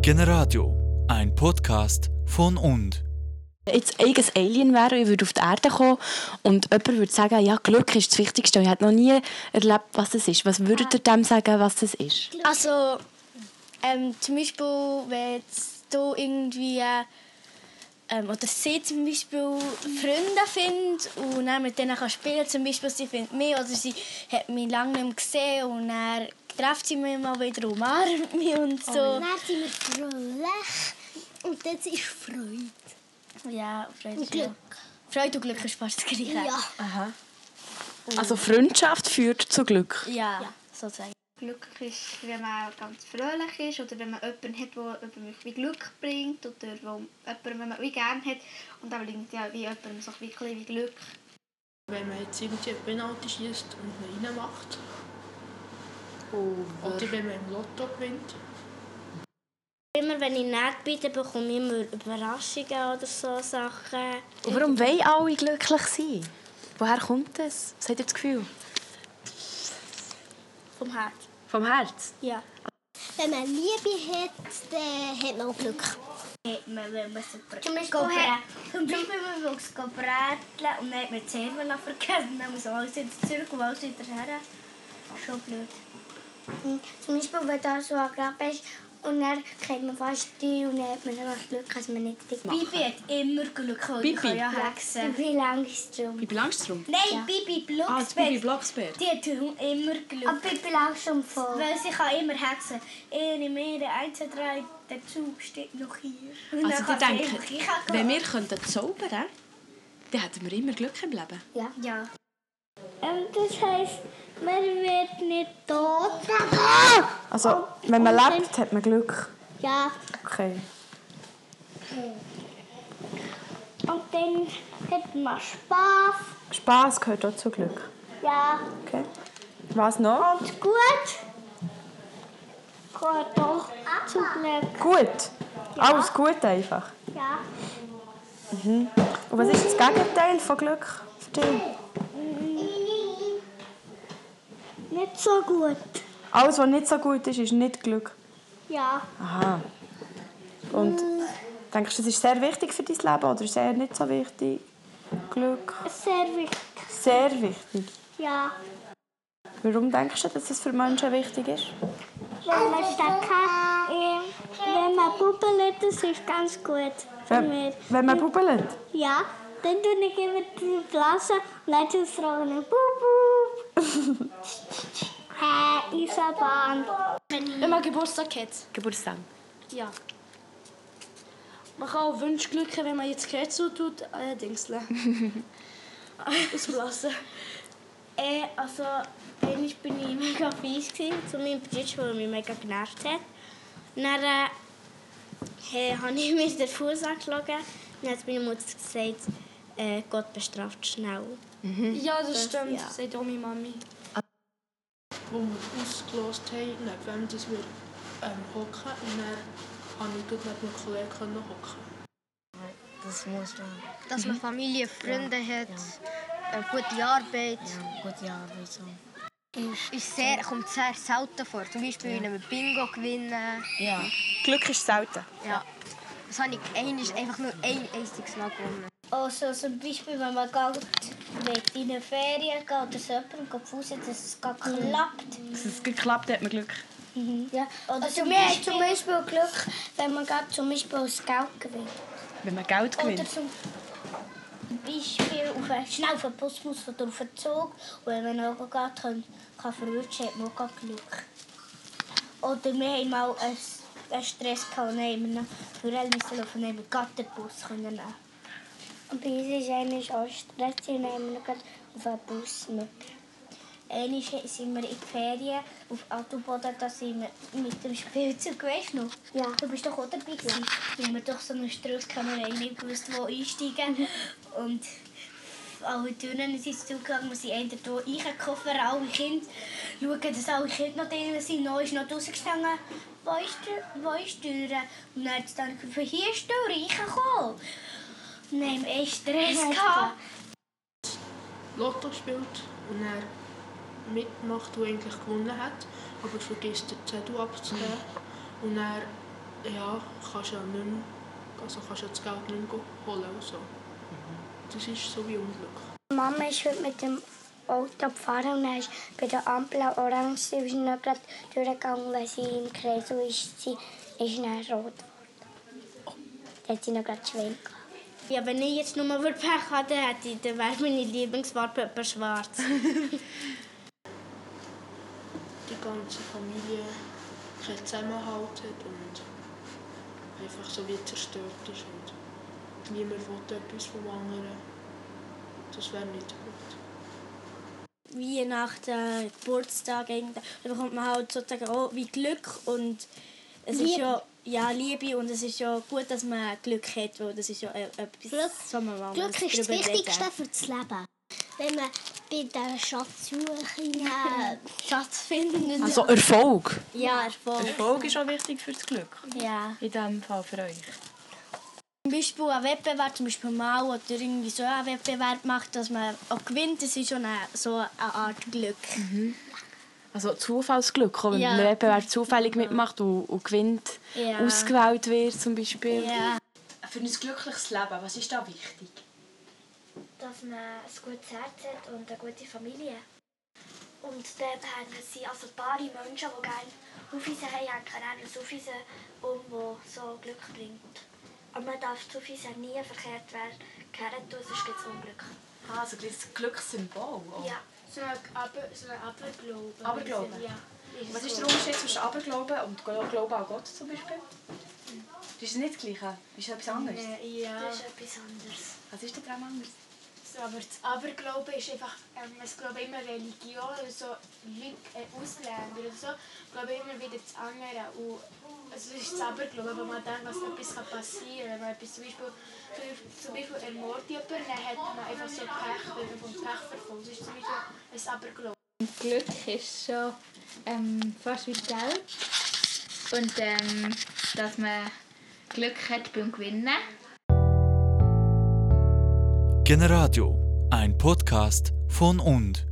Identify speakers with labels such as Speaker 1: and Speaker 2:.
Speaker 1: Generadio, ein Podcast von und.
Speaker 2: jetzt eigenes Alien wäre und ich würde auf die Erde kommen und jemand würde sagen, ja, Glück ist das Wichtigste und ich habe noch nie erlebt, was es ist. Was würdet ihr dem sagen, was es ist?
Speaker 3: Also, ähm, zum Beispiel, wenn jetzt du irgendwie, äh, ähm, oder sie zum Beispiel Freunde findet und dann mit denen kann spielen zum Beispiel sie findet mich oder sie hat mich lange nicht mehr gesehen und dann trifft sie mich mal wieder und umarmt mich und so.
Speaker 4: Und dann sind wir fröhlich und jetzt ist Freude.
Speaker 3: Oh, Ja, Freude.
Speaker 4: Und
Speaker 3: ja.
Speaker 4: Glück.
Speaker 3: Freude und Glück ist fast das Gleiche.
Speaker 4: Ja.
Speaker 2: Also Freundschaft führt zu Glück.
Speaker 3: Ja, sozusagen.
Speaker 5: glücklich ist, wenn man ganz fröhlich ist oder wenn man jemanden hat, der jemandem wie Glück bringt oder wo jemanden, wenn man wie gerne hat und dann bringt ja wie jemandem so ein bisschen wie Glück.
Speaker 6: Wenn man jetzt irgendwie einen Penalty schießt und ihn reinmacht. Oder wenn man im Lotto gewinnt.
Speaker 4: Immer wenn ich nett bin, dann bekomme ich immer Überraschungen oder so Sachen.
Speaker 2: Und warum wollen alle glücklich sein? Woher kommt das? Was habt ihr das Gefühl?
Speaker 3: Vom Herz.
Speaker 2: Vom Herz?
Speaker 3: Ja.
Speaker 4: Wenn man Liebe hat, dann hat man auch Glück.
Speaker 3: Wenn man super
Speaker 4: Zum Beispiel
Speaker 3: Gobrä. Zum Beispiel, wenn wir es bräteln und dann hat man die Server vergessen. Dann muss man alles wieder zurück und alles wieder her. Schon blöd.
Speaker 4: Zum Beispiel, wenn da so ein Grab ist und dann kriegt man fast die und dann hat man einfach Glück, dass man nicht dick macht.
Speaker 3: Bibi hat immer Glück gehabt.
Speaker 7: Bibi?
Speaker 3: Die kann Ja, Hexen.
Speaker 4: Wie lange ist es drum?
Speaker 7: Bibi Langstrumpf?
Speaker 3: Nein, Bibi
Speaker 7: Ah, das Bibi
Speaker 3: Blocksberg.
Speaker 7: Blocksberg.
Speaker 3: die hat immer Glück.
Speaker 4: Aber ich bin langsam voll.
Speaker 3: Weil sie kann immer hexen. Eine Meere, 1, 2, 3, der Zug steht noch hier. Nou, Und
Speaker 7: Also die
Speaker 3: dann kann sie
Speaker 7: denken,
Speaker 3: immer hierher gehen.
Speaker 7: wenn wir könnten zaubern, dann hätten wir immer Glück im Leben.
Speaker 4: Ja. Ähm,
Speaker 3: Ja.
Speaker 4: das heisst, man wird nicht tot.
Speaker 2: Also, wenn man lebt, hat man Glück.
Speaker 4: Ja.
Speaker 2: Okay.
Speaker 4: Und dann hat man Spaß.
Speaker 2: Spass gehört auch zu Glück.
Speaker 4: Ja.
Speaker 2: Okay. Was noch?
Speaker 4: Und gut. Gehört doch zu Glück.
Speaker 2: Gut. Alles gut einfach.
Speaker 4: Ja.
Speaker 2: Und was ist das Gegenteil von Glück für dich?
Speaker 4: Nicht so gut.
Speaker 2: Alles, was nicht so gut ist, ist nicht Glück.
Speaker 4: Ja.
Speaker 2: Aha. Und denkst du, das ist sehr wichtig für dein Leben oder ist es eher nicht so wichtig? Glück.
Speaker 4: Sehr wichtig.
Speaker 2: Sehr wichtig.
Speaker 4: Ja.
Speaker 2: Warum denkst du, dass es für Menschen wichtig ist?
Speaker 4: Wenn
Speaker 3: Also,
Speaker 4: man stark hat, äh, wenn man bubbelt, das ist ganz gut für
Speaker 2: Wenn,
Speaker 4: mich.
Speaker 2: wenn man bubbelt.
Speaker 4: Ja. Dann tue ich immer die Blase und dann tue ich fragen. Bup, bup.
Speaker 3: Äh,
Speaker 4: Hä, Isabahn.
Speaker 8: Wenn man Geburtstag hat.
Speaker 2: Geburtstag.
Speaker 8: Ja. Man kann auch Wunschglück, haben, wenn man jetzt Kerze so tut,
Speaker 4: Ah
Speaker 8: äh, Dingseln. Ausblasen.
Speaker 3: Äh, also,
Speaker 4: Einmal bin ich mega fies gewesen, zu meinem Bruder, weil er mich mega genervt hat. Dann äh, he- habe ich mir den Fuß angeschlagen. Dann hat meine Mutter gesagt, äh, Gott bestraft schnell.
Speaker 8: Ja, das stimmt,
Speaker 4: ja.
Speaker 8: sagt auch meine Mami.
Speaker 6: Wo wir ausgelost haben, neben wem dass wir ähm, hocken. Und dann konnte ich gut mit einem Kollegen können hocken.
Speaker 5: Dass man Familie, Freunde hat, eine gute Arbeit. Ist sehr, kommt sehr selten vor. Zum Beispiel, wenn wir Bingo gewinnen.
Speaker 2: Glück ist selten.
Speaker 5: Ja. Das habe ich einmal- einfach nur ein einziges Mal gewonnen.
Speaker 3: also zum Beispiel, wenn man geht, mit in eine Ferien geht oder so jemandem geht putzen, dass es gar
Speaker 4: Mhm.
Speaker 3: klappt.
Speaker 2: Dass es geklappt hat, man Glück.
Speaker 3: Ja. Oder
Speaker 4: Also mir hat zum Beispiel Glück, wenn man gerade zum Beispiel das Geld gewinnt.
Speaker 2: Wenn man Geld
Speaker 3: Oder zum Beispiel auf einen, schnell auf den Bus muss oder auf den Zug. Und wenn man noch geht, kann, kann verwirrt hat man auch gerade Glück. Oder wir haben mal einen, einen Stress gehabt und haben wir noch für einen müssen laufen, haben wir gerade den Bus können nehmen.
Speaker 4: Und bei uns ist einer
Speaker 3: dus
Speaker 4: auch stressig und haben wir gerade auf einen Bus mit.
Speaker 3: Einmal sind wir in die Ferien auf Autoboden, da sind wir mit dem Spielzeug, weißt du noch?
Speaker 4: Ja.
Speaker 3: Du bist doch auch dabei gewesen. Da haben wir doch so einen Strauß gehabt, wir haben nicht gewusst, wo einsteigen. Und alle Türen sind zugegangen, wir sind einer hier reingekauft, alle Kinder schauen, dass alle Kinder noch drin sind. Noch ist noch draussen gestanden, wo ist die, wo ist die Tür? Und dann hat es dann gerufen, hier ist die Tür, reingekommen. Und dann haben wir echt Stress gehabt.
Speaker 6: Lotto spielt und er mitmacht, der eigentlich gewonnen hat, aber vergisst den Zettel abzugeben. Und er ja, kannst ja nicht mehr, also kannst ja das Geld nicht mehr holen und so. Das ist so wie Unglück.
Speaker 4: Mama ist heute mit dem Auto gefahren und dann ist bei der Ampel auch orange, Nou, sie ist nicht gerade durchgegangen, weil sie im Kreis ist, sie ist dann rot geworden. Dann hat sie noch gerade schwenkt.
Speaker 3: Ja, wenn ich jetzt nur mal Pech hatte, hätte, dann wäre meine Lieblingsfarbe etwa schwarz.
Speaker 6: die ganze Familie keinen Zusammenhalt hat und einfach so wie zerstört ist und niemand will etwas vom anderen. Das wäre nicht gut.
Speaker 8: Weihnachten, Geburtstag, irgend- da bekommt man halt sozusagen auch wie Glück und es ist ja, ja Liebe und es ist ja gut, dass man Glück hat, weil das ist ja äh, etwas,
Speaker 4: Glück-
Speaker 8: was man mal
Speaker 4: Glück
Speaker 8: muss
Speaker 4: ist das
Speaker 8: drüber reden.
Speaker 4: Wichtigste für das Leben. Wenn man bei der Schatzsuche einen Schatz findet.
Speaker 2: Also Erfolg.
Speaker 4: ja, Erfolg.
Speaker 7: Erfolg ist auch wichtig für das Glück.
Speaker 4: Ja.
Speaker 7: In diesem Fall für euch.
Speaker 8: Zum Beispiel ein Wettbewerb, zum Beispiel mal oder irgendwie so einen Wettbewerb macht, dass man auch gewinnt, das ist schon eine, so eine Art Glück.
Speaker 2: Also Zufallsglück, auch wenn
Speaker 8: Ja.
Speaker 2: man einen Wettbewerb zufällig mitmacht und, und gewinnt,
Speaker 8: Ja.
Speaker 2: ausgewählt wird zum Beispiel.
Speaker 8: Ja.
Speaker 7: Für ein glückliches Leben, was ist da wichtig?
Speaker 9: dass man ein gutes Herz hat und eine gute Familie. Und dort hängen sie, also paare Menschen, die gerne auf uns haben, hängen uns auf uns um, die so Glück bringt. Aber man darf zu uns nie verkehrt werden, gehört tun, sonst gibt es Unglück.
Speaker 7: Ah, also ein kleines Glückssymbol. auch.
Speaker 9: Ja.
Speaker 3: So ein Aber- so ein Aberglaube.
Speaker 7: Aberglaube?
Speaker 3: Ja.
Speaker 7: Was ist der Unterschied zwischen Aberglauben und Gl- Glauben an Gott zum Beispiel? Das ist nicht das Gleiche. Das ist etwas anderes.
Speaker 3: Äh, Ja.
Speaker 9: Das ist etwas anderes.
Speaker 7: Was ist denn daran anders?
Speaker 3: Aber das Aberglaube ist einfach, ähm, es glauben immer Religion oder so, Leute, äh, Ausländer oder so, glauben immer wieder das andere. Und, also es ist das Aberglaube, wenn man denkt, was etwas kann passieren kann. Wenn man etwas zum Beispiel, zum Beispiel ermordet jemanden, dann hat man einfach so Pech, weil man vom Pech verfolgt. Das ist zum Beispiel ein Aberglaube.
Speaker 10: Glück ist schon ähm, fast wie Geld. Und ähm, dass man Glück hat beim Gewinnen.
Speaker 1: Generadio, ein Podcast von und.